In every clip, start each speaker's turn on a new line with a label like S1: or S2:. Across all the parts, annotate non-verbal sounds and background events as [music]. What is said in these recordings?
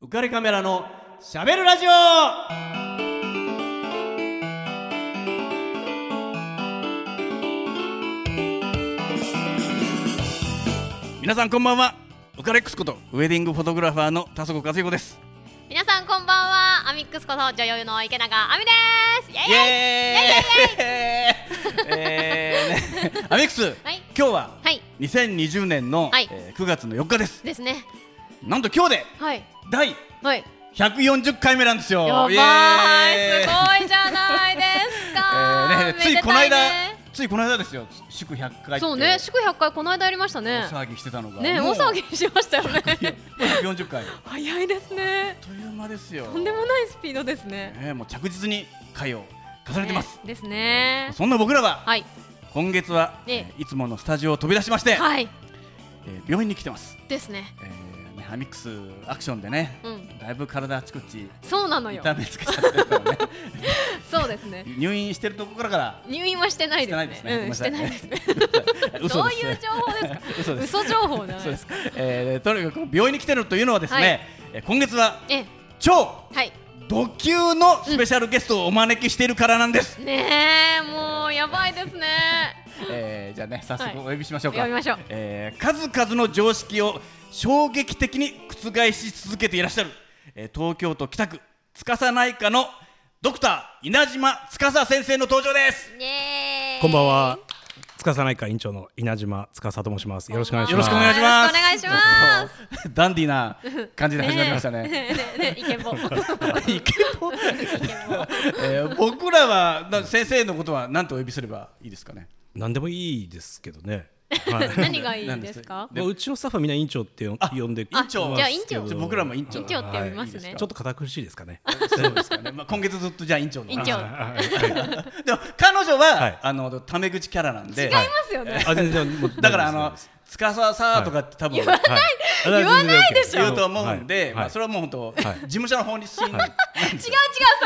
S1: 浮かれカメラのしゃべるラジオ
S2: 皆さんこんばんはウカレックスことウェディングフォトグラファーの田底和彦です
S3: 皆さんこんばんはアミックスこと女優の池永亜美ですイエイ
S2: イエーイ [laughs] えーねアミックス、
S3: はい
S2: 今日は
S3: はい
S2: 2020年の、
S3: はい
S2: えー9月の4日です
S3: ですね
S2: なんと今日で
S3: はい
S2: 第
S3: はい
S2: 140回目なんですよ
S3: やばい
S2: イエーイ
S3: すごいじゃないです
S2: え
S3: か、
S2: ーね、つい
S3: めで
S2: この
S3: た
S2: 間
S3: ね
S2: ついこの間ですよ祝100回って
S3: そうね祝100回この間やりました
S2: 大
S3: ね
S2: 騒ぎしてたのが
S3: ね
S2: もう
S3: 大騒ぎしました
S2: [laughs]
S3: よね
S2: もう140回あっ
S3: 早いですね
S2: という間ですよ
S3: とんでもないスピードですね
S2: えーもう着実に回を重ねてます、
S3: ねですね
S2: そんな僕らは
S3: はい
S2: 今月は、
S3: ええ
S2: えーいつものスタジオを飛び出しまして、
S3: はい
S2: えー病院に来てます、
S3: ですね
S2: えーね、ハミックスアクションでね、
S3: うん
S2: だいぶ体あちこち
S3: そうなのよ
S2: 痛めつけちゃってるからね
S3: そうですね
S2: 入院してるとこからから
S3: 入院はしてないですね
S2: してないですねごめんなさいね
S3: うんしてないですね
S2: [laughs] 嘘
S3: どう
S2: です
S3: いう情報ですか
S2: 嘘です
S3: 嘘情報じゃない
S2: そうです、えー、とにかく病院に来てるというのはですね、
S3: はい
S2: えー今月は
S3: ええ
S2: 超
S3: はい
S2: ド級のスペシャルゲストをお招きしているからなんです、
S3: ねえもうやばいですね
S2: えーじゃあね早速お呼びしましょうか、
S3: はいお呼びましょう
S2: えー数々の常識を衝撃的に覆し続けていらっしゃる、えー東京都北区司内科のドクター稲島司先生の登場です
S3: イエーイ
S4: こんばんは。司内科院長の稲島司と申します。よろしくお願いし
S2: よろ
S4: ま
S2: しく
S4: す。
S2: お願いします
S3: よろしくお願いし
S2: す [laughs] ダンディーな感じで始まりましたね
S3: [laughs] ねえねえイケ
S2: [laughs]
S3: ボ
S2: イケボ [laughs] えー僕らはな先生のことは何とお呼びすればいいですかね
S4: 何でもいいですけどね。はい。
S3: 何がいいですか
S4: まあうちのスタッフはみんな院長ってよ
S2: あ
S4: 呼んで
S2: 院長
S3: じゃあ院長
S4: ますけど
S2: 僕らも院長
S3: 院長って呼びま
S4: はい
S3: すね
S4: ちょっと堅苦しいですかね。
S2: そうですかね、まあ、今月ずっとじゃあ院長の
S3: 院長
S4: はいはい
S2: でも彼女は、
S4: はい
S2: あのタメ口キャラなんで
S3: 違いますよね
S4: あ全然もう
S2: [laughs] だからあ
S4: 大丈夫
S2: の
S4: です
S2: 「つかささ」とかって多分、
S4: 大丈夫ですはい
S3: 言わないでしょ
S2: 言うと思うんで、まあ、それ
S4: れ
S2: はもう本当、
S4: はい
S2: 事務所の方に進、
S4: はい
S3: 違う違う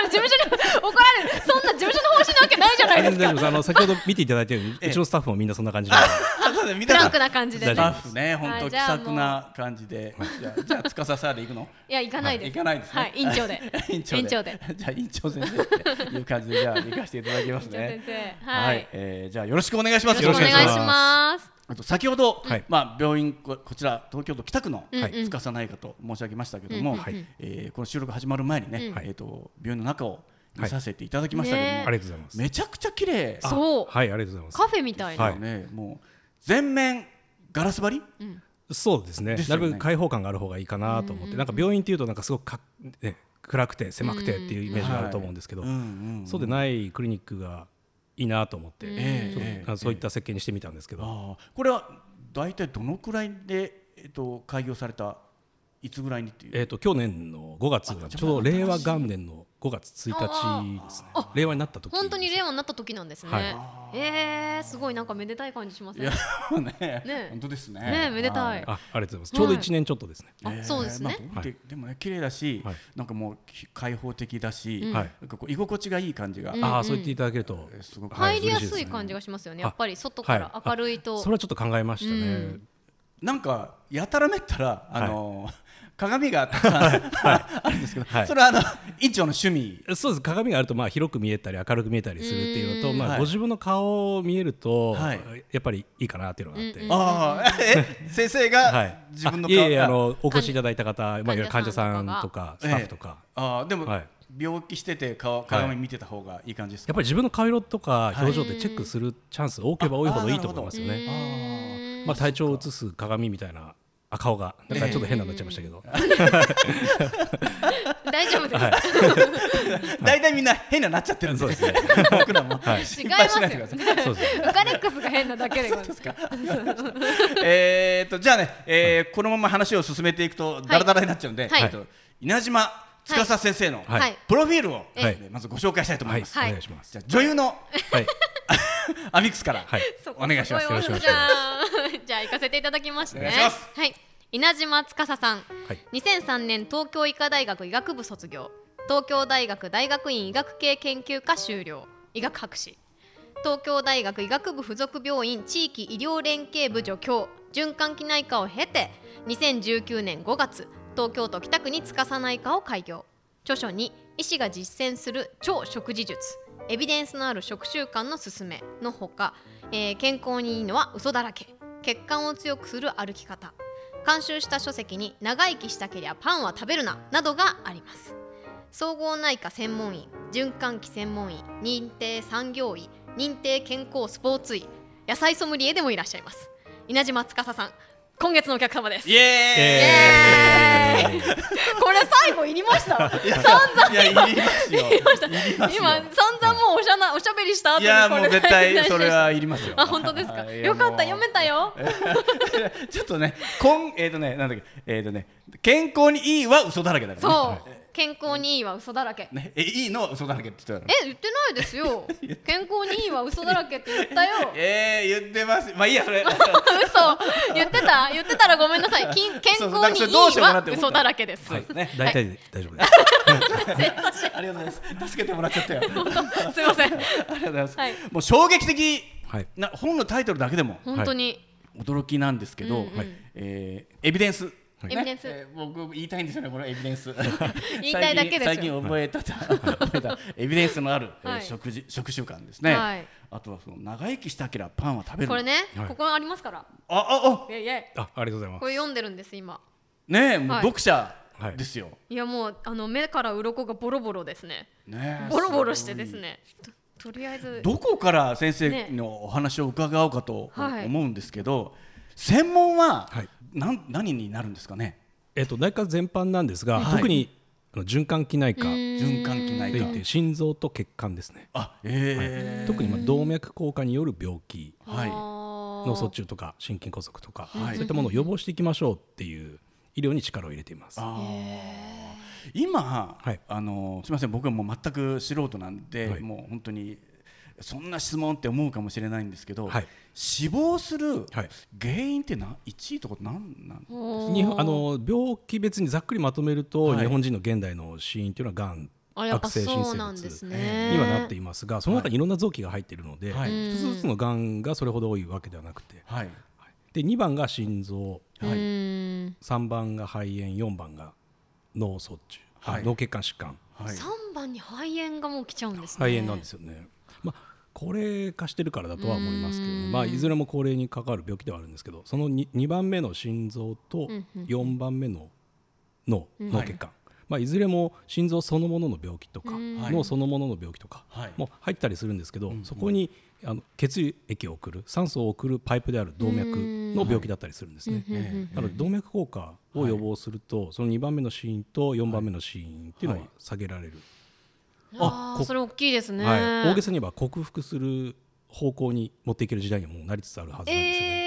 S3: それ事務所に [laughs] 怒られるそんな事務所の方針なわけないじゃないです
S4: 大丈夫
S3: か
S4: です。あの先ほど見ていただいたように
S2: ええ
S4: うちのスタッフもみんなそんな感じなので。
S2: あそうだね見
S3: フ
S2: た
S3: ラ
S2: ら
S3: ンクな感じで
S2: ス
S4: 大丈
S2: タッ
S3: ね
S4: 夫で
S2: フね本当
S3: あ
S2: 気
S3: じゃあ
S2: さ
S3: もう
S2: くな感じでじゃあじゃあつかささで行くの
S3: いや行かないです
S2: 行かないですね
S3: はい院長で
S2: [laughs] 院長で
S3: 院長で
S2: じゃあ院長先生っていう感じでじゃあ行かせていただきます
S3: 院長先
S2: ね
S3: 生はい
S2: えーじゃあよろしくお願いしま
S3: よ
S2: す
S3: ろしくお願いし
S4: よろしくお願いし
S3: ます
S2: あと先ほど、
S4: はい
S2: まあ、病院ここちら東京都北区の
S3: うんうん
S2: 司内科と申し上げましたけども、
S3: うんうんうん
S4: はい
S2: えーこの収録始まる前にね、
S4: はい
S2: えー、と病院の中を見させていただきましたけども、
S3: ね
S4: ありがとうございます。
S2: めちゃくちゃ綺麗
S3: あそう
S4: はいありがとうございます。
S3: カフェみたい
S2: だ
S3: な
S2: よね、もう全面ガラス張り、
S4: そうですね
S2: ですよ
S4: な
S2: ね
S4: るべく開放感がある方がいいかなと思って、なんか病院っていうとなんかすごくか、ね、暗くて狭くてっていうイメージがあると思うんですけど、
S2: うんうん
S4: そうでないクリニックがいいなと思って、
S2: え
S4: ちょっと
S2: ええ
S4: あのそういった設計にしてみたんですけど、
S2: あーこれは大体どのくらいで、えー、と開業されたいつぐらいにっていう、
S4: えー、と去年の5月
S2: あ
S4: が
S2: じゃあ
S4: ちょうど令和元年の5月1日ですね令和になった時
S3: 本当に令和になった時なんですね、
S4: はい
S3: えー、すごいなんかめでたい感じしませ
S2: い
S3: ん
S2: や
S3: あ
S2: もうね
S3: ね
S2: 本当ですね
S3: ねめでたい
S2: は
S4: あありがとうございますちょうど
S3: はい
S4: 1年ちょっとですね、
S3: そうですね、
S2: まあででもね綺麗だし、
S4: はい
S2: なんかもうき開放的だし、
S4: ん
S2: な
S4: は
S2: ん
S4: い
S2: かこう居心地がいい感じが、
S3: うん
S4: ああそう言っていただけると、
S2: えーすごく、
S4: はい
S3: 入りやす
S4: 嬉し
S3: い
S4: いです
S3: 感じがしますよね、
S4: あ
S3: やっぱり外から
S4: はい
S3: 明るいと、
S4: それはちょっと考えましたね、
S3: うん
S2: なんかやたらめったらあ
S4: い
S2: のー鏡がたくさん [laughs] あるんですけど、
S4: はい
S2: それはあの院長の趣味
S4: そうです鏡があるとまあ広く見えたり明るく見えたりするっていうのと、
S3: うん
S4: ま
S2: は
S4: あ、
S2: い
S4: ご自分の顔を見えると、
S2: はい
S4: やっぱりいいかなっていうのがあって、
S3: うんうん
S2: ああ、え、先生
S4: は
S2: が
S4: い、
S2: 自分の
S4: あいえいえあ
S2: 顔。
S4: のお越しいただいた方、まあ、いわゆる患者さ
S3: 患
S4: ん
S3: 者さん
S4: と
S3: と
S4: か
S2: ええ
S4: スタッフとか、
S2: ああ、でも
S4: はい、
S2: 病気してて、顔、鏡見てた方がいい感じです
S4: や
S2: か
S4: っ。ぱり自分の顔色とか表情で
S3: うん
S4: チェックするチャンス多ければ多いほどいいと思いますよね、
S3: ね
S4: まあ、体調を映す鏡みたいなあ顔がなんかちょっと変なのになっちゃいましたけど、
S3: 大丈夫です、
S4: はい
S2: 大体みんな変ななっちゃってるんで
S4: そうですね
S2: [laughs] 僕らも。
S3: 違
S2: 心
S3: いま
S2: 配
S3: す
S2: し
S3: よ
S2: ないでください。
S4: [laughs] そうですね
S3: ウカレックスが変なだけでございます
S2: えーっと、じゃあね、えーこのまま話を進めていくと、ダラダラになっちゃうんで、
S3: はい
S2: えっと稲島司先生の
S4: はい
S2: プロフィールを
S4: はい
S2: えーまずご紹介したいと思
S4: はいい、
S2: ます。
S3: はい
S4: お願いします
S2: じゃあ、女優の
S4: はい
S2: アミックスから、
S4: はい
S3: そこ
S2: お願いします。
S3: ご
S4: よろしくお願いし
S3: すじゃあ [laughs] 行かせていただきますね
S2: お願いします
S3: はい稲島司さん、
S4: はい
S3: 2003年東京医科大学医学部卒業東京大学大学院医学系研究科修了医学博士東京大学医学部附属病院地域医療連携部助教循環器内科を経て2019年5月東京都北区に司内科を開業著書に医師が実践する超食事術エビデンスのある食習慣の勧めのほか、えー健康にいいのは嘘だらけ血管を強くする歩き方監修した書籍に長生きしたけりゃパンは食べるななどがあります総合内科専門医循環器専門医認定産業医認定健康スポーツ医野菜ソムリエでもいらっしゃいます稲島司さん今月のお客様です
S2: イエ
S3: イエーイこれ最後いりまし
S2: [laughs]
S3: た
S2: ーイいや
S3: 散々
S2: いやいりますよ
S3: 今散々もうおしゃなおしゃべりした後
S2: い
S3: に
S2: やも
S3: これ
S2: う絶
S3: [laughs]
S2: 対それはいりますよ
S3: あ本当ですか
S2: はい
S3: よかった
S2: いやも
S3: 読
S2: う
S3: めたよ
S2: ちょっとねこんえっ、とねなんだっけえっ、とね健康にいいは嘘だらけだから、ね、
S3: そう健康にいいは嘘だらけ
S2: ねえいいのは嘘だらけって言ってたから
S3: え言ってないで
S2: [laughs]
S3: すよ健康にいいは嘘だらけって言ったよ
S2: えー、言ってますまあいいやそ
S3: [laughs]
S2: れ
S3: 嘘言ってた言ってたらごめんなさいきん健
S2: そうそうだか
S3: 康にい
S2: らそれどうし
S3: い
S2: ようかな
S3: は
S2: って思った
S3: 嘘だらけです
S2: そうですね
S4: 大体で大丈夫です。
S2: [laughs] ありがとうございます助けてもらっちゃったよありがと
S3: 本当 [laughs] すいません
S2: うございます、
S3: はい
S2: もう衝撃的
S4: はい
S2: な本のタイトルだけでも
S3: 本当に
S2: 驚きなんですけど、
S3: うんうんはい
S2: えーエビデンス、
S3: いエビデンス
S2: えー僕言いたいんですよねこれエビデン
S3: [laughs]
S2: ス
S3: 言いたいだけですよ
S2: 最近最近覚えた、覚えたエビデンスのある、えー
S3: はい
S2: 食事食習慣ですね、
S3: はい
S2: あとはその長生きしたけりゃパンは食べる
S3: これね
S4: はい
S3: ここありますから
S2: あああ
S3: いやいや
S4: あ、ありがとうございます
S3: こ。れ読んでるんです今
S2: ねえもう
S3: はい
S2: 読者ですよ、
S3: いやもうあの目から鱗がボロボロですね
S2: ねえ
S3: ボロボロしてですねととりあえず
S2: どこから先生のお話を伺おうかと
S3: はい
S2: 思うんですけど、専門は、
S4: はい
S2: なん何になるんですかね
S4: えっと内科全般なんですが、
S2: はい
S4: 特にあの循環器内科で
S2: 循環器内
S4: 言っ
S2: 科
S4: て心臓と血管ですね。
S2: あえ
S4: 特にまあ動脈硬化による病気、
S2: えはい
S4: 脳
S3: 脳
S4: 卒中とか心筋梗塞とか、
S2: はい
S4: そういったものを予防していきましょうっていう医療に力を入れています。
S2: あー今、
S4: はい
S2: あのすみません僕はもう全く素人なんで、
S4: はい
S2: もう本当にそんな質問って思うかもしれないんですけど、
S4: はい
S2: 死亡する
S4: はい
S2: 原因ってな1位とか何なん
S4: 日本あの病気別にざっくりまとめると、
S2: はい
S4: 日本人の現代の死因というのはがん
S3: あやっぱ
S4: 悪性新
S3: そ
S4: 生
S3: うなん
S4: 物
S3: です
S4: に
S3: ね
S4: はなっていますがその中にいろんな臓器が入っているので、
S2: はい
S4: 一つずつのがんがそれほど多いわけではなくて
S2: はい
S4: で2番が心臓
S2: は
S3: う
S2: い
S3: ーん
S4: 3番が肺炎4番が脳卒中、
S2: はい
S4: 脳血管疾患
S2: はい
S3: 3番に肺炎がもう来ちゃうんですね
S4: 肺炎なんですよね、まあ、高齢化してるからだとは思いますけどね、まあ、いずれも高齢に関わる病気ではあるんですけどその 2, 2番目の心臓と
S3: んうん
S4: 4番目の脳脳血管、まあ、いずれも心臓そのものの病気とか
S3: うん
S2: はい
S4: 脳そのものの病気とか
S2: はい
S4: も入ったりするんですけど、そこにあの血液を送る酸素を送るパイプである動脈の病気だったりするんですね。
S3: うんうん
S2: ええ
S4: なので動脈硬化を予防すると、その2番目の死因と4番目の死因っていうのは下げられる、
S3: あーそれ大きいですね、
S4: はい大げさに言えば克服する方向に持っていける時代にはもうなりつつあるはずなんですよ
S3: え
S4: ね。
S3: ー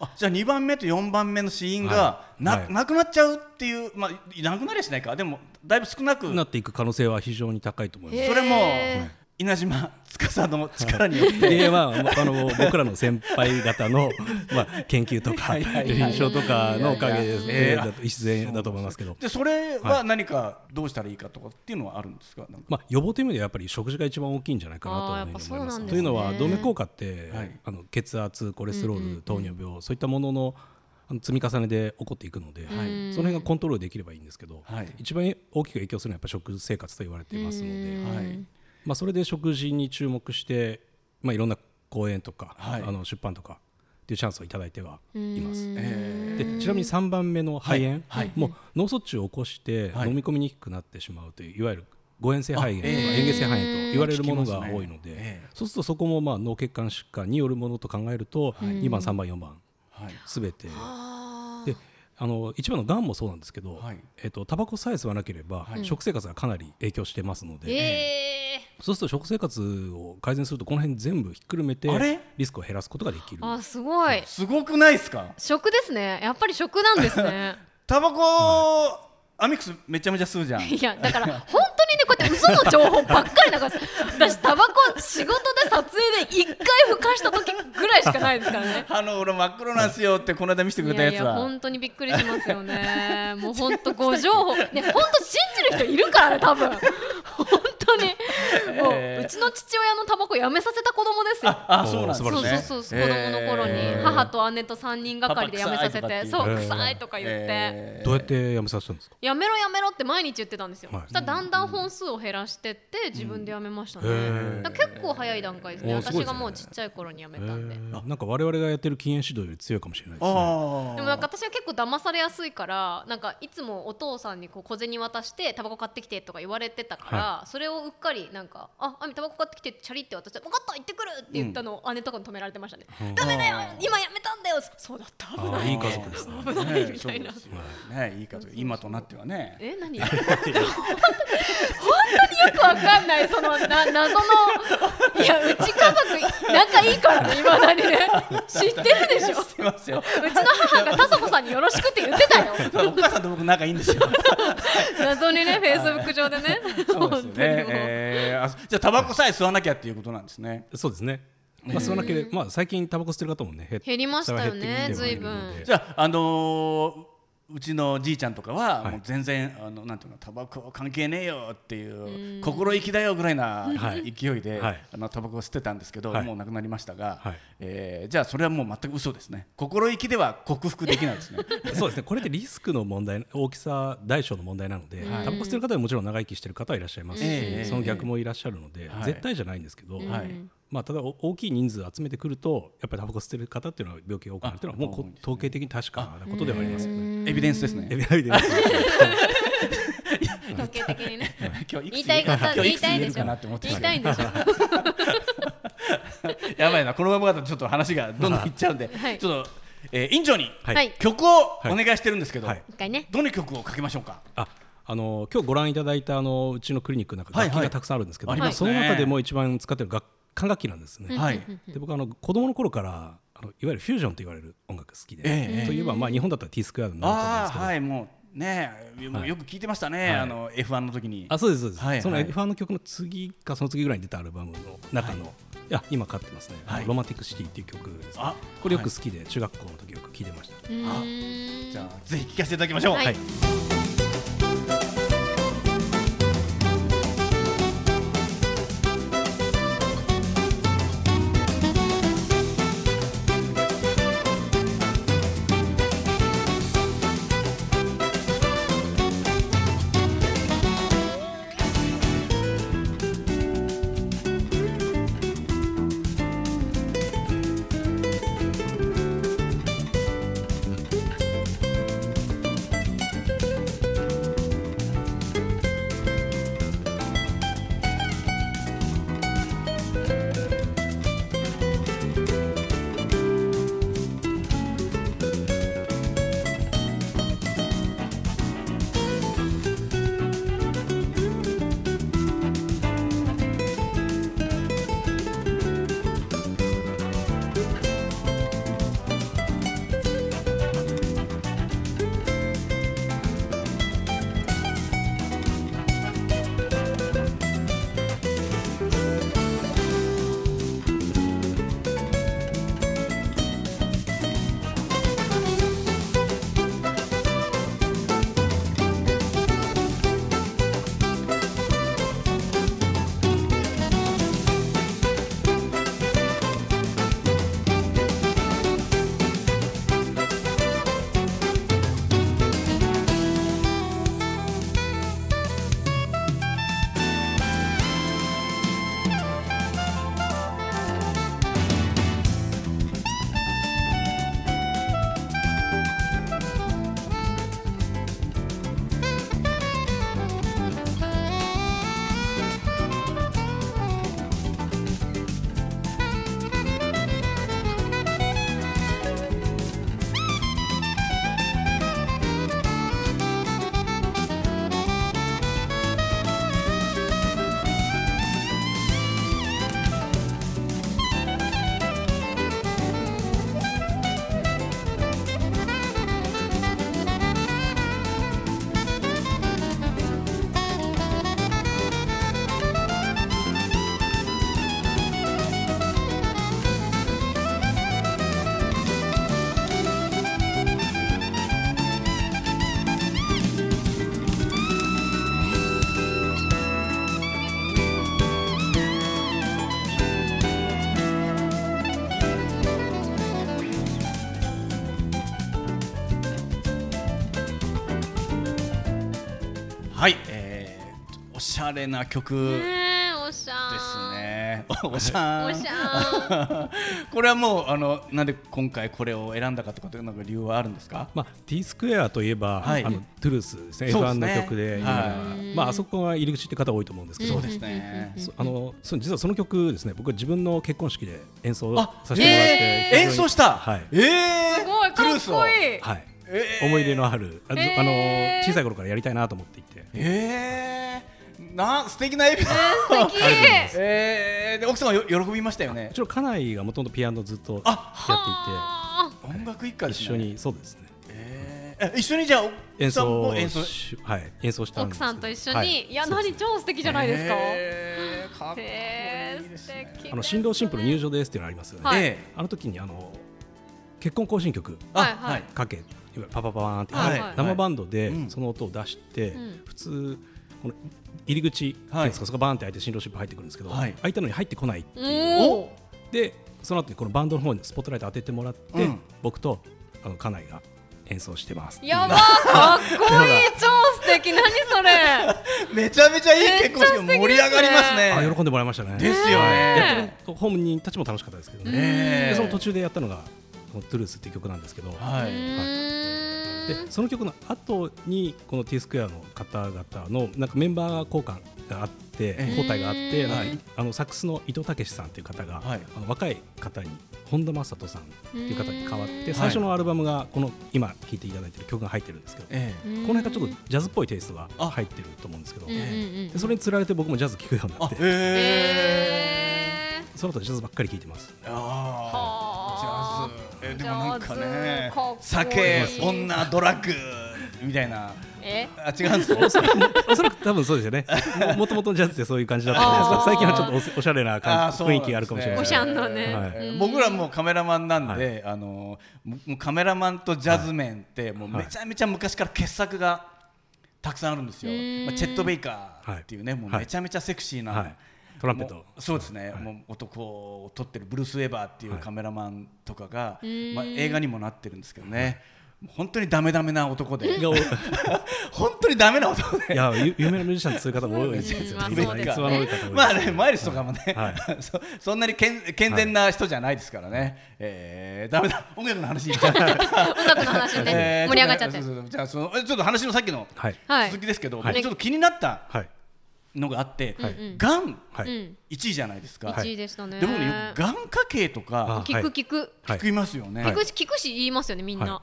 S2: あじゃあ2番目と4番目の死因が、
S4: はい
S2: な
S4: はい
S2: なくなっちゃうっていう、まあ、なくなりゃしないかでもだいぶ少なく
S4: なっていく可能性は非常に高いと思います。
S3: え
S2: それも、
S3: へ
S2: 稲島司の力によって
S4: でまあ、あの僕らの先輩方の、まあ、研究とか
S2: はいはい
S4: 臨床とかのおかげ
S2: いやい
S4: で
S2: や
S4: だと礎だと思いますけど、
S2: でそれは何かどうしたらいいかとかっていうのはあるんですかなんか
S4: まあ、予防という意味ではやっぱり食事が一番大きいんじゃないかなと
S3: あー
S4: いうふうに思いま
S3: やっぱそうなんです
S4: す。
S3: ね
S4: というのは動脈硬化って、
S2: はい
S4: あの血圧コレステロール、糖尿病そういったもののあの積み重ねで起こっていくので、
S2: い
S4: その辺がコントロールできればいいんですけど、
S2: はい
S4: 一番大きく影響するのはやっぱ食生活と言われていますので、
S2: はい
S4: まあ、それで食事に注目して、まあ、いろんな講演とか、
S2: はい
S4: あの出版とかっていうチャンスをいただいてはいます。
S2: え
S4: でちなみに3番目の肺炎、
S2: はいはい
S4: もう脳卒中を起こして
S2: はい
S4: 飲み込みにくくなってしまうといういわゆる誤嚥性肺炎とか
S2: あええ
S4: 嚥下性肺炎と言われるものが
S2: 聞きますね
S4: 多いので、
S2: ええ
S4: そうするとそこもまあ脳血管疾患によるものと考えると、2番3番4番
S2: ーはい
S4: すべて
S3: あー
S4: であの一番のがんもそうなんですけど、
S2: はい
S4: えっとタバコさえ吸わなければ、
S2: はい
S4: 食生活がかなり影響してますので、
S3: え
S4: そうすると食生活を改善するとこの辺全部ひっくるめて
S2: あれ
S4: リスクを減らすことができる
S3: ー、あすごい
S2: すごくないですか
S3: 食ですねやっぱり食なんです [laughs] ね
S2: タバコ、アミックスめちゃめちゃ吸うじゃん
S3: いやだから本当にねこうやって嘘の情報ばっかり流す私タバコ仕事で撮影で一回ふかした時ぐらいしかないですからね
S2: あの俺真っ黒なんすよってこの間見せてくれ
S3: い
S2: た
S3: や
S2: や
S3: い
S2: つ
S3: や
S2: は
S3: 本当にびっくりしますよねもう本当ご情報ね本当信じる人いるからね多分本当にもう、うちの父親のタバコやめさせた子供ですよ
S2: あそうなんですね
S3: そうそうそうそう、
S2: へー
S3: 子供の頃に母と姉と3人がかりでやめさせ
S2: パパ臭い
S3: て
S2: とかっ
S3: そ
S2: て
S4: いうう
S3: 臭いとか言って、
S2: えー
S4: どうやってやめさせたんですか
S3: やめろやめろって毎日言ってたんですよ、
S4: はい
S3: そしたらだんだん本数を減らしてって自分でやめましたね、
S4: へー
S3: だから結構早い段階ですね
S4: おーすご
S3: 私
S4: いですね
S3: がもうちっちゃい頃にやめ
S4: え
S3: たんで、
S4: ーなんか我々がやってる禁煙指導より強いかもしれないですね
S2: あ
S3: でもなんか私は結構騙されやすいからなんかいつもお父さんにこう小銭渡してタバコ買ってきてとか言われてたから、それをうっかりなんか「ああみタバコ買ってきてチャリ」って渡して「分かった行ってくる!」って言ったのを、姉とかに止められてましたね「ダメだよ今やめたんだよ!」そうだった危
S4: あ
S3: な
S4: ー
S3: い
S4: いい家族ですね
S3: 危ないみたいな
S2: ねそうですよねいい家族今となってはね
S3: え何本当に本当によくわかんないそのな謎のいやうち家族仲いいからねいまだにね知ってるでしょう
S2: 知ってますよ
S3: ちの母が田底さんによろしくって言ってたよ
S2: お母さんと僕仲いいんです
S3: [laughs]
S2: よ。
S3: 謎にねフェイスブック上でね
S2: そうですよね
S3: 本当にもう
S2: えーあじゃあタバコさえ吸わなきゃっていうことなんですね。
S4: そうですねまあそんなけでまあ最近タバコ吸ってる方もね減っ
S3: 減りましたよね
S4: それは減ってきてはいるので
S3: 随分
S2: じゃああのーうちのじいちゃんとかは
S4: はい
S2: もう全然、あのなんていうのタバコ関係ねえよっていう心意気だよぐらいな
S4: はい
S2: 勢いで、
S4: はい
S2: あのタバコを吸ってたんですけど、
S4: はい
S2: もうなくなりましたが、
S4: はい
S2: えーじゃあそれはもう全く嘘ですね心意気では克服できないですね
S4: そうですねこれでリスクの問題大きさ大小の問題なので、タバコ吸ってる方はもちろん長生きしてる方はいらっしゃいますし、
S2: ええ
S4: その逆もいらっしゃるので、
S2: はい
S4: 絶対じゃないんですけど、
S2: はい
S4: まあ、ただお大きい人数集めてくるとやっぱりタバコ吸ってる方っていうのは病気が多くなるっていうのはもうこ
S2: あ多いですね
S4: 統計的に確かなことではありますよね。
S2: エビデンスですね
S4: エビデンスです
S3: 統計的にね
S2: [laughs] 今日
S3: 言
S2: く
S3: い
S2: つ
S3: たいこ
S2: 今日
S3: と言い
S2: くつ
S3: たい
S2: 言え
S3: で
S2: る
S3: しょ
S2: かなって思って
S3: 言い
S2: た
S3: たいんでしょ
S2: やばいなこのままだとちょっと話がどんどんいっちゃうんで、
S3: [laughs] はい
S2: ちょっと、えー、院長に
S4: はい
S3: はい
S2: 曲をお願いしてるんですけど、
S4: はい
S3: 一回ね
S2: どの曲をかけましょうか
S4: ああの今日ご覧いただいたあのうちのクリニックなんか
S2: はい
S4: 楽器
S2: はい
S4: がたくさんあるんですけど、
S2: あります
S4: そ
S2: ね
S4: の中でも一番使ってる楽管楽器なんですね。
S2: はい
S4: で僕あの子供の頃からあのいわゆるフュージョンと言われる音楽好きで、
S2: ええ
S4: といえば、まあ、日本だったら T スクエアになると思うんで
S2: あ
S4: すけ
S2: あ
S4: ど、
S2: はいもうねもうよく聞いてましたね、
S4: はい
S2: あの F1 の時に
S4: あそうですそうです、
S2: はいはい
S4: その F1 の曲の次かその次ぐらいに出たアルバムの中の、い、や今買ってますね「
S2: はい
S4: ロマンティックシティ」っていう曲です、ね
S2: あ、
S4: これよく好きで、中学校の時よく聴いてました
S3: うーん
S2: じゃあぜひ聞かせていただきましょう、
S3: はい
S4: はい
S5: 「
S2: はい、えー、おしゃれな曲
S3: ね
S2: で
S3: えおしゃー
S2: すね。おしゃ
S3: おし
S2: ーん。
S3: ゃー
S2: これはもうあのなんで今回これを選んだかとかってなんか理由はあるんですか？
S4: まあ、T スクエアといえば、
S2: はい
S4: あのトゥルースですね
S2: そうです
S4: F1
S2: ね
S4: の曲で有名な、
S2: は
S4: まあ、あそこは入り口って方多いと思うんですけど
S2: そうですね。
S4: そあのそ実はその曲ですね僕は自分の結婚式で演奏
S2: あ、
S4: させてもらって、
S2: え
S4: 非
S2: ー
S4: 常
S2: 演
S4: に
S2: 奏した。
S4: はい
S2: えー、
S3: すごいかっこい
S2: い。
S3: い
S4: はい
S2: えー
S4: 思い出のあるあ,ず、
S3: えー
S4: あの小さい頃からやりたいなと思っていて
S2: えー、な素敵なエピソード。
S3: 素敵
S2: えー、で奥様よ喜びましたよね
S4: うち。の家内がもともとピアノずっとやって
S3: はー
S2: 音楽一家
S4: いて
S2: で
S4: 一
S2: す
S4: 緒
S2: ね。
S4: にそうですね
S2: えーえ一緒にじゃあ
S4: 演
S2: 奥さん
S4: 奏
S2: も演奏。
S4: しはい演奏したん
S3: 奥
S4: ですけど
S3: さんと一緒に、、
S4: はい
S3: や
S4: そうです
S3: 何超素敵じゃないですかへ
S2: えー、かっこいい
S3: え
S2: です
S3: 素
S2: ね。
S3: 敵
S4: あの新郎新婦の入場ですっていうのありますよね、
S3: はい
S2: え
S4: あの時にあの結婚行進曲
S2: ー、
S3: は
S2: あ
S3: いはい
S2: はい。
S4: かけいわゆるパパパワーンって、
S2: はい
S4: 生バンドで
S2: うん
S4: その音を出して、
S3: うん
S4: 普通この入り口っていうんですか、
S2: はい
S4: そこバーンって開いて新郎新婦入ってくるんですけど、
S2: はい
S4: 開いたのに入ってこない
S3: おー
S4: でその後にこのバンドの方にスポットライト当ててもらって、
S2: うん
S4: 僕とあの家内が演奏してますっていう
S3: やばーかっこいい超素敵何そ
S4: [laughs]
S3: れ
S2: めちゃめちゃいい結婚式
S3: めっちゃ素敵ですね
S2: 盛り上がりますね。
S4: あ喜んでもらいましたね
S2: ですよね。
S4: やってる本人たちも楽しかったですけどね、
S2: え
S4: で
S2: ー、
S4: その途中でやったのがこのトゥルースっていう曲なんですけど、
S2: は
S3: う
S2: い。
S3: ーん
S4: でその曲の後にこの T スクエアの方々のなんかメンバー交換があって
S2: え
S4: 交代があって、
S3: うん
S4: なんかあのサックスの伊藤武さんという方が、
S2: はい
S4: あの若い方に本田真人さんという方に変わっ
S3: うん
S4: て最初のアルバムがこの今聴いていただいてる曲が入ってるんですけど、
S2: え
S3: う
S2: ー、
S3: ーん
S4: この辺がちょっとジャズっぽいテイストが
S2: あ
S4: 入ってると思うんですけど、
S3: うんうんう
S4: で
S3: ん
S4: それにつられて僕もジャズ聴くようにな
S2: あ
S4: っ、て、
S2: えー。
S3: へー
S4: その後ジャズばっかり聴いてます。
S2: あ
S3: はあ
S2: ジャズえでもなんかね
S3: ジャズかっこいい
S2: 酒女ドラッグみたいな
S3: え
S2: あ違うんですよ
S4: おそらく多分そうですよね。ももともとジャズってそういう感じだったんですけ
S3: あー
S4: ど、最近はちょっとおしおしゃれな
S2: あ
S4: 感
S2: ー
S4: じ
S2: そうなんです
S4: 雰囲
S2: ね
S4: 気があるかもしれない。
S3: おしゃんのね、
S4: はい
S3: うん
S2: 僕らもうカメラマンなんで、
S4: は
S2: あのももうカメラマンとジャズメンってもう
S4: はい
S2: めちゃめちゃ昔から傑作がたくさんあるんですよ、
S3: うーん
S2: まあ、チェット・ベイカーっていうね、
S4: はい
S2: もうめちゃめちゃセクシーな、
S4: はいトランペット
S2: もうそうですね、
S4: はい
S2: もう男を撮ってるブルース・ウェバーっていう
S4: はい
S2: カメラマンとかが、
S3: うーん
S2: まあ、映画にもなってるんですけどね、もう本当にダメダメな男で
S4: [laughs] が
S2: 本当にダメな男で
S4: いや、ゆ有名なミュージシャンってそういう方も多いです
S3: うん
S4: よ。
S3: まあ
S4: 逸
S3: そうですね
S4: 話の多い方も多いです
S2: まあね、マイルスとかもね、
S4: は
S2: [laughs] そそんなに健健全な人じゃないですからね、えー、だめだ、音楽の話に行っ
S4: [laughs]
S2: ちゃう
S3: 音楽の話でね
S2: えー
S3: 盛り上がっちゃって
S2: そうそうそうじゃあその、ちょっと話のさっきの
S4: はい。
S3: はい
S2: 続きですけど、
S4: はい
S2: ちょっと気になった
S4: はい。
S2: のがあって、
S4: はい
S2: がん
S4: は
S3: う
S4: い。
S3: ん
S2: 1位じゃないですか、
S4: はい
S3: 1位でしたね
S2: でもね、よくがん家系とか
S4: あ
S3: 聞く聞く、
S2: 聞
S4: はい
S2: きますよね。
S4: はい
S3: 聞くし聞くし言いますよねみんな、
S4: は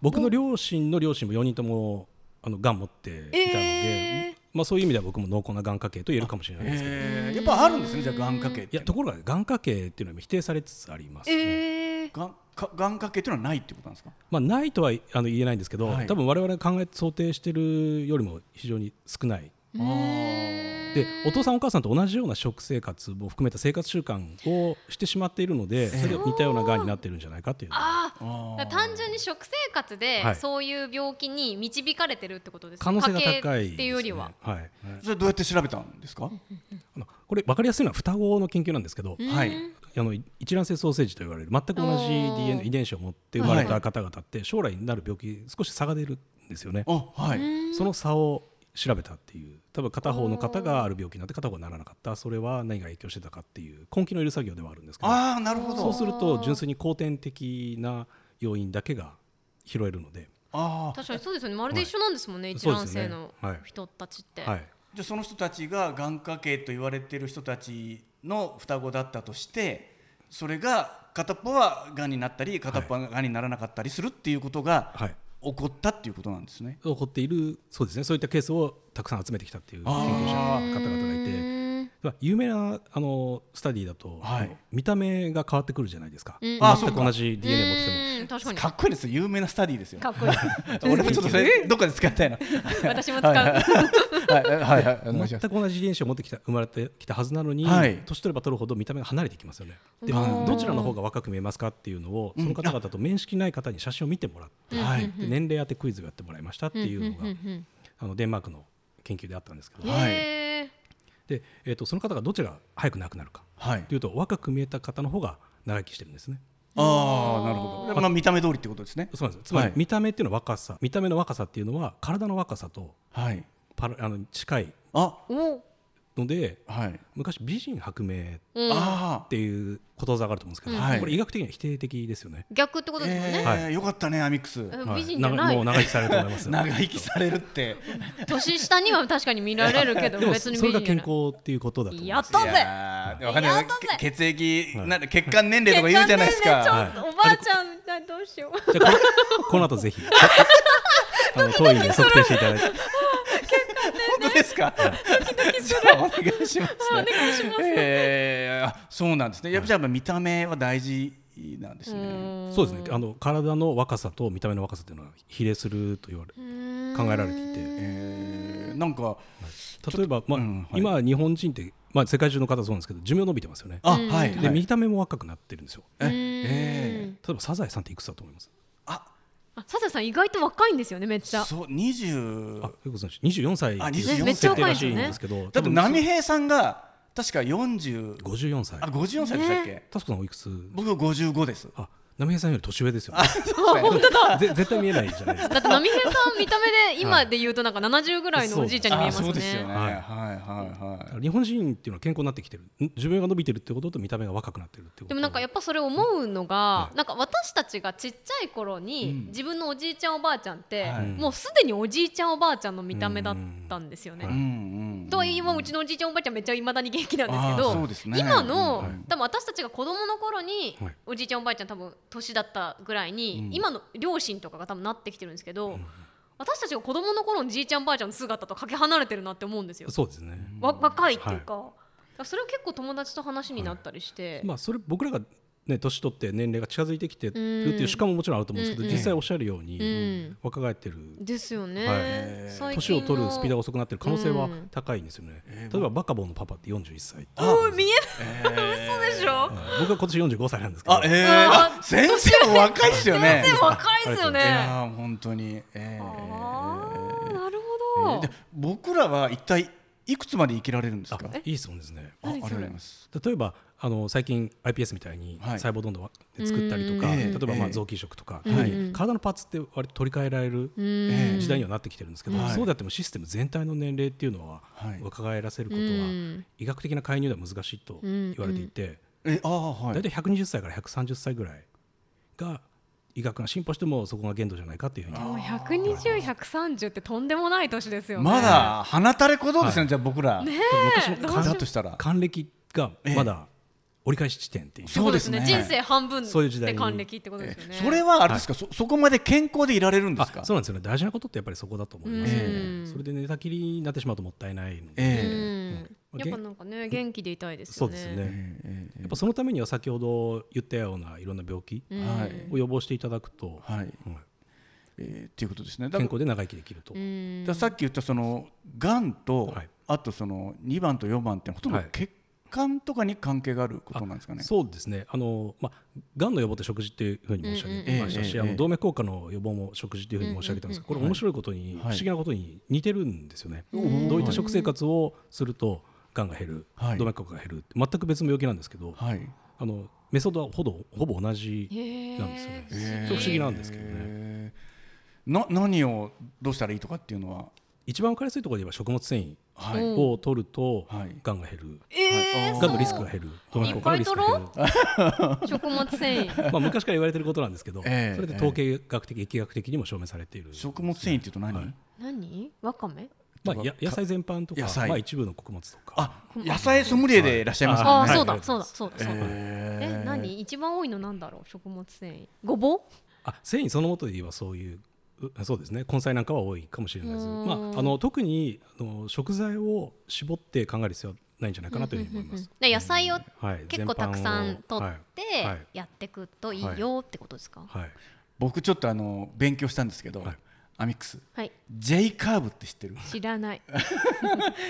S4: 僕の両親の両親も4人とも、あの、がん持っていたの
S3: え
S4: で、まあそういう意味では僕も濃厚ながん家系と言えるかもしれないですけど。
S2: えーやっぱあるんですね、じゃあ、がん家系っ
S4: い
S2: て
S4: や、ところが、がん家系っていうのは否定されつつありますね。
S3: えー、
S2: がんかがん家系っていうのはないってことなんですか
S4: まあ、ないとはあの言えないんですけど、
S2: はい
S4: 多分我々が考え想定してるよりも非常に少ない
S2: あー
S4: でお父さんお母さんと同じような食生活も含めた生活習慣をしてしまっているのでそれが似たようながんになってるんじゃないかっていう
S3: あ
S2: あ
S3: あ
S2: ー
S3: 単純に食生活
S4: は
S3: で
S4: い
S3: そういう病気に導かれてるってことですね
S4: 可能性が
S3: 家
S4: 高い
S3: 系っていうよりは、
S4: ですねはい、
S2: それどうやって調べたんですか、
S4: あのこれ分かりやすいのは双子の研究なんですけど、
S3: うん
S2: はい
S4: あの一卵性ソーセージと言われる全く同
S3: お
S4: じ
S3: ー
S4: DNA 遺伝子を持って生まれた方々って将来になる病気少し差が出るんですよね。
S2: あはい、
S4: その差を調べたっていう多分片方の方がある病気になって片方がならなかったそれは何が影響してたかっていう根気のいる作業ではあるんですけど
S2: ああなるほど
S4: そうすると純粋に後天的な要因だけが拾えるので
S2: ああ
S3: 確かにそうですよねまるで一緒なんですもんね、
S4: い
S3: 一卵性
S4: そう
S3: の
S4: ですねはい
S3: 人たちって、
S4: はい
S2: じゃあその人たちが眼科系と言われてる人たちの双子だったとしてそれが片っぽはがんになったり片っぽはがんにならなかったりするっていうことが
S4: はい
S2: 起こったっていうことなんですね。
S4: 起こっているそうですねそういったケースをたくさん集めてきたっていう研究者の方々がいて
S3: うん
S4: まあ有名なあのスタディだと、
S2: はい
S4: あの見た目が変わってくるじゃないですか、
S3: うん
S2: あ
S4: 全く同じ DNA 持ってても。
S3: うん確かに
S2: かっこいいです有名なスタディですよ
S3: か。っこいい
S2: 俺もちょっとそ
S4: [laughs]
S2: れどっかで使いたいな。
S3: 私も使う、
S2: はいはいはいはいお願いし
S4: 全
S2: ます。
S4: く同じ遺伝子を持ってきた生まれてきたはずなのに、
S2: はい
S4: 年取れば取るほど見た目が離れてきますよね。で
S2: はい
S4: どちらの方が若く見えますかっていうのをその方々と面識ない方に写真を見てもらって、
S2: はい
S4: で年齢当てクイズをやってもらいましたっていうのが、
S3: うんうんうん
S4: あのデンマークの研究であったんですけ
S3: うん
S4: ど、
S2: はい
S3: へ
S4: でえー、とその方がどちらが早く亡くなるか
S2: はい
S4: と。いうと若く見えた方の方が長生きしてるんですね。
S2: ああなるほど。まあ見た目通りってことですね。
S4: そうなんですつま
S2: はい
S4: り見た目っていうのは若さ、見た目の若さっていうのは体の若さと
S2: はい。
S4: パラあの近い
S2: あ
S3: おお、
S4: ので
S2: はい
S4: 昔美人白明
S3: うん、
S2: ああ
S4: っていうことわざがあると思うんですけど、
S2: はい
S4: これ医学的には否定的ですよね。
S3: 逆ってことですもんね、
S2: えーよかったねアミックス
S3: え
S4: はい
S3: 美人じゃない
S4: [laughs] もう長生きされると思います。
S2: 長生きされるって
S3: 年下には確かに見られるけど
S4: でも
S3: 別
S4: そ
S3: に
S4: れ
S3: 美
S4: が
S3: 人じゃ
S4: 健
S3: ない
S4: 康っていうことだと思い
S3: や
S4: ま
S3: っ
S4: す。
S3: た
S2: い
S3: ぜ
S2: やーわかんない
S3: やったぜ
S2: 血液
S4: はい
S2: なんだ血管年齢とか言うじゃないです
S3: 血
S2: か
S3: 管ねちょっとおばあちゃんみたいどうしよう
S4: じゃあこの [laughs] この後
S3: [laughs]
S4: ぜひあの当院で測定していただいて。
S2: 本当ですかじゃあお願いしますお願いしますえーあそうなんですねやっぱじゃあ見た目は大事なんですね
S4: そうですね。あの体の若さと見た目の若さっていうのは比例すると言われ考えられていて、
S2: えーなんか
S4: 例えばまあ、
S2: うんはい
S4: 今日本人ってまあ世界中の方そうなんですけど寿命伸びてますよね。
S2: あはい
S4: で
S2: はい
S4: 見た目も若くなってるんですよ。
S2: ええ
S4: 例えばサザエさんっていくつだと思います。
S2: あ
S3: あサザエさん意外と若いんですよねめっちゃ
S2: そう20
S4: あ、よくご存知。二十四歳
S2: あ
S4: っていう
S2: 24
S4: 設
S2: めっちゃ
S4: 定
S2: 若い
S4: ら
S3: です
S4: し
S3: よ
S4: いん
S3: ね
S4: ですけど、
S2: だって波平さんが確か40
S4: 五十四歳。
S2: あ54歳でしたっけ
S4: タスクさんおいくつ？
S2: 僕55です
S4: あ、波平さんより年上ですよ、ね。
S3: 本当だ
S4: [laughs] ぜ絶対見えないじゃないですか。
S3: だって波平さん見た目で今で言うとなんか70ぐらいのおじいちゃんに見えますね
S2: あそうですよねは
S4: はいい
S2: はいはい
S4: 日本人っていうのは健康になってきてる。ん寿命が伸びてるってことと見た目が若くなってるってこと。
S3: でもなんかやっぱそれ思うのが、なんか私たちがちっちゃい頃に、自分のおじいちゃんおばあちゃんって、
S2: はい
S3: もうすでにおじいちゃんおばあちゃんの見た目だったんですよね。
S2: うんうん
S3: とはいえ今うちのおじいちゃんおばあちゃんめっちゃいまだに元気なんですけ
S2: あー
S3: ど
S2: そうですね
S3: 今の、
S4: はい
S3: 多分私たちが子供の頃に、
S4: はい
S3: おじいちゃんおばあちゃん多分年だったぐらいに、今の両親とかが多分なってきてるんですけど、私たちが子供の頃のじいちゃんおばあちゃんの姿とかけ離れてるなって思うんですよ。
S4: そうですね。
S3: わ若いっていうか,、それを結構友達と話になったりして、
S4: まあそれ僕らがね年取って年齢が近づいてきてるっていう主観ももちろんあると思うんですけど、
S3: うん
S4: 実際おっしゃるように、
S3: うん
S4: 若返ってる。
S3: ですよね、
S4: はい
S3: 最
S4: 年
S3: 近
S4: を取るスピードが
S3: が
S4: 遅くなってる可能性は
S3: うん
S4: 高いんですよね。例えばバカボンのパパって41歳。
S3: おい見えない、嘘でしょ、
S4: 僕は今年45歳なんですけど。
S2: あえーあ先生も若いですよね
S3: 全然若いですよね
S2: いやー本当にえー
S3: あーなる
S2: え
S3: ほ
S2: ー
S3: ど、
S2: で僕らは一体いくつまで生きられるんですか
S4: あいい質問ですね。
S2: あありが
S3: 何
S2: と
S3: そう
S2: ご
S3: れ
S2: ざいます
S4: 例えばあの最近 iPS みたいに
S2: はい
S4: 細胞どんどん作ったりとか、
S2: うん
S4: 例えばま
S2: え
S4: あ
S2: え
S4: 臓器移植とか、
S2: はい
S4: 特に体のパーツって割と取り替えられる
S2: ええ
S4: 時代にはなってきてるんですけど、
S2: はい
S4: そうであってもシステム全体の年齢っていうのは
S2: はい
S4: 若返らせることは
S3: うん
S4: 医学的な介入では難しいと言われていて
S2: えあーはい
S4: 大体120歳から130歳ぐらいが医学が進歩してもそこが限度じゃないかっていうふうに
S3: もう120130ってとんでもない年ですよね
S2: まだ放たれ小僧ですねじゃあ僕ら
S4: 昔の
S2: だとしたら
S4: 還暦がまだ折り返し地点っていう、
S2: そうですね
S3: 人生半分
S4: そういう時代
S3: で
S4: に
S3: 還暦ってことですよね
S2: それはあれですかそそこまで健康でいられるんですか
S4: あそうなんですよね大事なことってやっぱりそこだと思いますよね、
S3: うん
S4: それで寝たきりになってしまうともったいない
S3: う
S4: ので、
S2: え
S3: ん
S4: うん
S3: やっぱなんかね元気でいたいです
S4: そ
S3: よ
S4: う
S3: ね
S4: です
S2: え
S4: ね、
S2: ええ
S4: やっぱそのためには先ほど言ったようないろんな病気
S3: うん
S2: はい
S4: を予防していただくと、
S2: はい
S4: うん
S2: えーっていうことですねだ
S4: 健
S2: から
S4: 康で長生きできると、
S3: うん
S2: だからさっき言ったそのがんと、
S4: はい
S2: あとその2番と4番ってほとんど
S4: はい
S2: 血管とかに関係があることなんですかね。
S4: そうですねあの、まあ、がんの予防って食事っていうふうに申し上げてました
S2: うんうんうん
S4: し、
S2: ええええ
S4: あの動脈硬化の予防も食事っていうふうに申し上げたんですけど、これ面白いことに、
S2: はい
S4: 不思議なことに似てるんですよね、
S2: うん
S4: どういった食生活をするとがんが減る、
S2: はい
S4: 動脈硬化が減る全く別の病気なんですけど、
S2: はい。
S4: あのメソッドはほぼほぼ同じ
S3: へー
S4: なんですよね。
S2: え
S4: ちょっと不思議なんですけどね。
S2: えーな何をどうしたらいいとかっていうのは、
S4: 一番分かりやすいところで言えば食物繊
S2: はい
S4: 維を取ると
S2: はい
S4: がんが減る、
S3: えー
S2: はい
S4: がんのリスクが減る、動
S3: う
S4: 脈硬化のリスクが減
S3: い
S4: る
S3: っ。食物繊維
S4: まあ昔から言われてることなんですけど、
S2: [laughs]
S4: そ
S2: ええ
S4: れで統計学的、疫学的にも証明されている。
S2: 食物繊維っていうと何？
S4: はい
S3: 何わかめ
S4: まあや野菜全般とか
S2: 野菜、
S4: まあ一部の穀物とか、
S2: あ、野菜ソムリエでいらっしゃいます
S3: あ
S2: もん
S3: あ
S2: ね。
S3: ーそう
S4: は
S3: だ
S4: い
S3: そうだそうだそうだ
S2: えー
S3: え何一番多いのなんだろう食物繊維ごぼう
S4: あ繊維そのもとで言えばそういう。うそうですね根菜なんかは多いかもしれないです、
S3: うん
S4: まあ、あの特にあの食材を絞って考える必要はないんじゃないかなというふうに思います。
S3: で野菜を
S4: はい、
S3: 結構たくさん
S4: 全般を
S3: 取っ
S4: はいはい
S3: てやってくといいよってことですか
S4: はい、
S2: 僕ちょっとあの勉強したんですけど、
S4: はい
S2: アミックス、
S3: はい
S2: J カーブって知ってる？
S3: 知ら [laughs] ない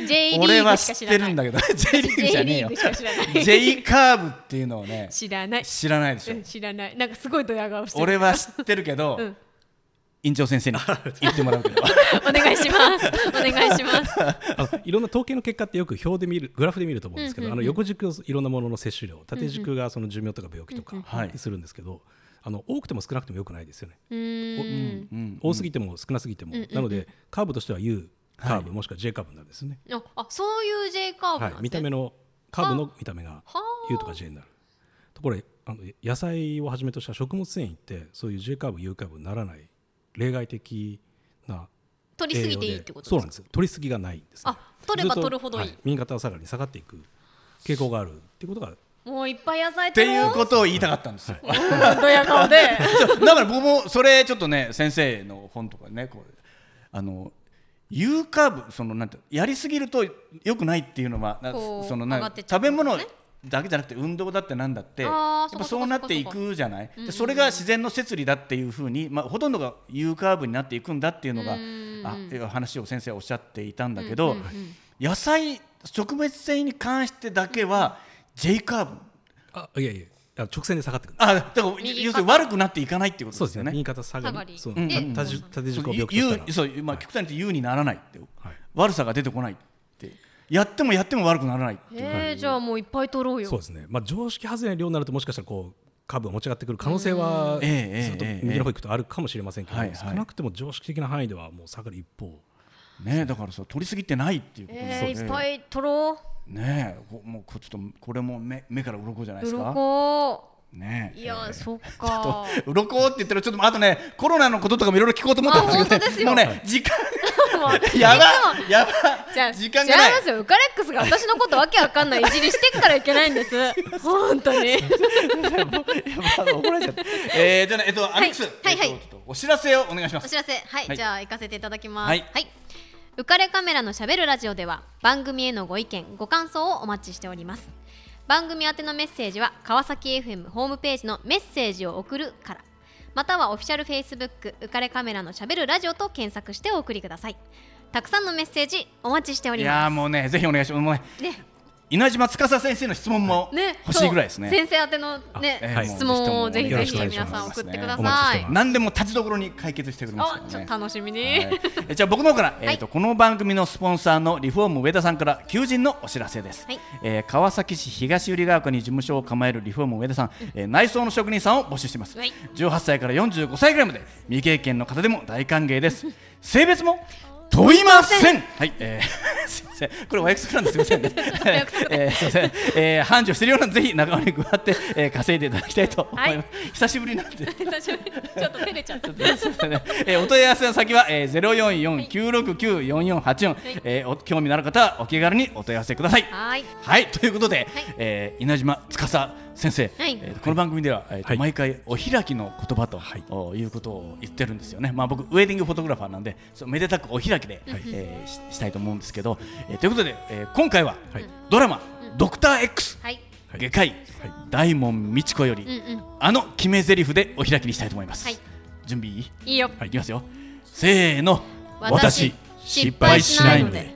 S3: J リ
S2: 俺
S3: ー
S2: は
S3: グし
S2: 知
S3: か
S2: っ
S3: 知
S2: て
S3: ら
S2: るん
S3: な
S2: だ
S3: い
S2: けど、J リーグじゃねえ
S3: [laughs] J リー
S2: よ
S3: グ。しか知らない
S2: J カーブっていうのをね、
S3: 知らない
S2: 知らないでしょ
S3: うん。知らないなんかすごいドヤ顔してる
S2: 俺は知ってるけど、
S3: うん
S2: 院長先生に言ってもらうけ
S3: [laughs]
S2: ど
S3: お願いしますお願いし [laughs] ます
S4: あのいろんな統計の結果ってよく表で見るグラフで見ると思うんですけど、あの横軸をいろんなものの摂取量縦軸がその寿命とか病気とか
S2: はい
S4: するんですけど、あの多くても少なくてもよくないですよね、
S3: うーん
S2: うん
S4: 多すぎても少なすぎても、なのでカーブとしては U カーブ、もしくは J カーブなんですね
S3: ああそういう J カーブなんですね、
S4: はい、見た目のカーブの見た目が
S3: はあ
S4: U とか J になるところであの野菜をはじめとした食物繊維ってそういう J カーブ U カーブにならない例外的な
S3: 取りすぎていいってこと
S4: そう
S3: で
S4: な
S3: すか
S4: んですよ取りすぎがないんです、ね、
S3: あ取れば
S4: ずっと
S3: 取るほどいい
S4: 右肩下がりに下がっていく傾向があるっていうことが
S3: もういっぱい野菜
S2: っ
S3: と
S2: ていうことを言いたかったんですよ、
S3: ドヤ顔で
S2: だから僕もそれちょっとね先生の本とかねこうあの U カーブそのなんてやりすぎると良くないっていうのはな
S3: こう
S2: そのな
S3: 上がってっちゃう
S2: 食べ物
S3: ね
S2: だけじゃなくて運動だってなんだって
S3: あ
S2: や
S3: ー
S2: っぱ
S3: そ
S2: そ
S3: っかそっかそっか
S2: うなっていくじゃないでそれが自然の摂理だっていうふうに、まあ、ほとんどが U カーブになっていくんだっていうのが
S3: うんうんうん
S2: あっていう話を先生はおっしゃっていたんだけど、
S3: うんうんうん
S2: 野菜食物繊維に関してだけは J カーブ
S4: あいやいやあ直線で下がってくる
S2: あだから要
S3: 右肩
S2: するに悪くなっていかないっていうこと
S4: そ
S2: で
S4: うです
S2: す
S4: ね
S2: よね。
S4: 右肩下がり
S3: 下がり
S4: そう
S3: で
S4: うん縦
S3: うん
S4: 縦軸を病気としたら
S2: 有そうまあ極端に言うと優にならないって、
S4: はい
S2: 悪さが出てこないってやってもやっても悪くならないっていう
S3: えー、じゃあもういっぱい取ろうよ
S4: そうですね、まあ、常識外れの量になるともしかしたらこう株が持ち上がってくる可能性は
S2: うんええ
S4: ずっと
S2: ええええ
S4: 右の方行くとあるかもしれませんけど、
S2: はいはい
S4: 少なくとも常識的な範囲ではもう下がる一方
S2: ねだからさ取りすぎてないっていうことですよ
S3: えー、
S2: ね
S3: いっぱい取ろ
S2: ねえこもうこちょっとこれも目目から鱗じゃないうですか
S3: 鱗
S2: ねえ
S3: いや、そっか
S2: 鱗って言ったらちょっとあとねコロナのこととかもいろいろ聞こうと思ったんですけ
S3: あ本当
S2: ど
S3: です
S2: ね
S3: よ
S2: もうね時間
S3: も [laughs] う
S2: やば
S3: いつも
S2: やば
S3: じゃあ
S2: 時間がない
S3: 違いますよウカレックスが私のことわけわかんないいじりしてっからいけないんです
S2: [laughs]
S3: 本当に
S2: やば怒られちゃった [laughs] えーじゃあねえっとアレックス
S3: はいはい
S2: えっとちょっとお知らせをお願いしま
S3: お
S2: す
S3: 知らせはい、
S2: はい
S3: じゃあ行かせていただきますは
S2: はいい、
S3: ウカレカメラのしゃべるラジオでは番組へのご意見ご感想をお待ちしております番組宛てのメッセージは川崎 FM ホームページのメッセージを送るからまたはオフィシャル Facebook ウカレカメラのしゃべるラジオと検索してお送りくださいたくさんのメッセージお待ちしてお
S2: い
S3: り
S2: やー
S3: ます
S2: もうねぜひお願いしますもうね
S3: ね
S2: 稲島司先生の質問も
S3: ね、
S2: 欲しいぐらいです
S3: そう
S2: ね。
S3: 先生宛てのね、
S2: あはい
S3: 質問をぜひぜひ
S4: よろしくお願いし
S3: 皆
S4: ます
S3: さん送ってくだ
S4: お待ち
S3: さ
S4: して
S3: い。
S2: 何でも立ちどころに解決してくれます
S3: あ
S2: か、
S3: ち
S2: ら
S3: ょっ
S2: ね。
S3: と楽しみに。
S2: はいえじゃあ僕の方から、えー、とこの番組のスポンサーのリフォーム上田さんから求人のお知らせです、
S3: はい
S2: えー川崎市東百合ヶ丘に事務所を構えるリフォーム上田さん、えー内装の職人さんを募集しています、
S3: はい
S2: 18歳から45歳ぐらいまで未経験の方でも大歓迎です性別も問いませんはい、えー [laughs] すいませんこれお約束なんですすいませんね、
S3: [laughs]
S2: えーすいません、えー繁盛してるようなんでぜひ仲間に加わって、えー稼いでいただきたいと思います、
S3: はい
S2: 久しぶりなんで
S3: 久しぶり [laughs] ちょっと照れちゃった。
S2: えーお問い合わせの先は、えー、044-969-4484、えーお興味のある方はお気軽にお問い合わせください。
S3: はい。
S2: はいということで、
S3: い
S2: えー稲島司先生、
S3: はい
S2: えーこの番組では、えーと
S4: はい
S2: 毎回お開きの言葉と、
S4: はいい、
S2: うことを言ってるんですよね、まあ、僕ウェディングフォトグラファーなんでそうめでたくお開きで、えーししたいと思うんですけど、えーということで、えー今回は、
S4: はい
S2: ドラマ「ドクター X
S3: はい。
S4: はい
S2: 外科医、大門未知子より、
S3: うんうん。
S2: あの決め台詞でお開きにしたいと思います、
S3: はい
S2: 準備いい
S3: いいよ。
S2: いきますよ。せーの。
S3: 私失敗しないので。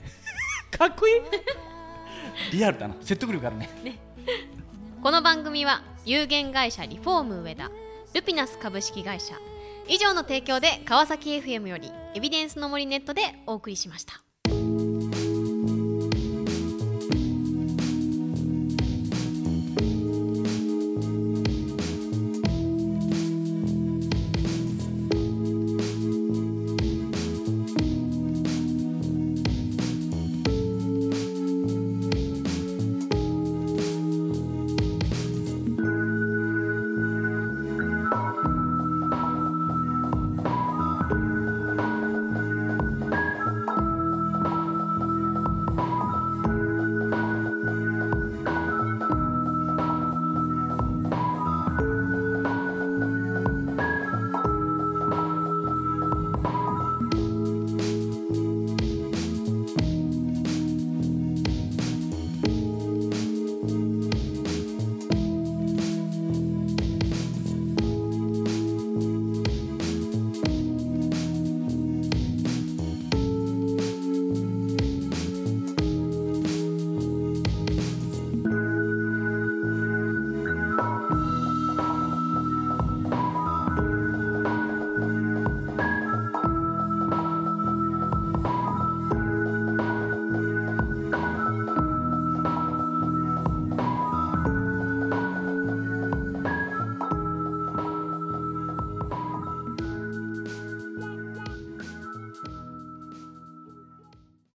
S2: [laughs] かっこいい。リアルだな。説得力あるね。
S3: この番組は有限会社リフォーム上田、ルピナス株式会社以上の提供で川崎 FM よりエビデンスの森ネットでお送りしました。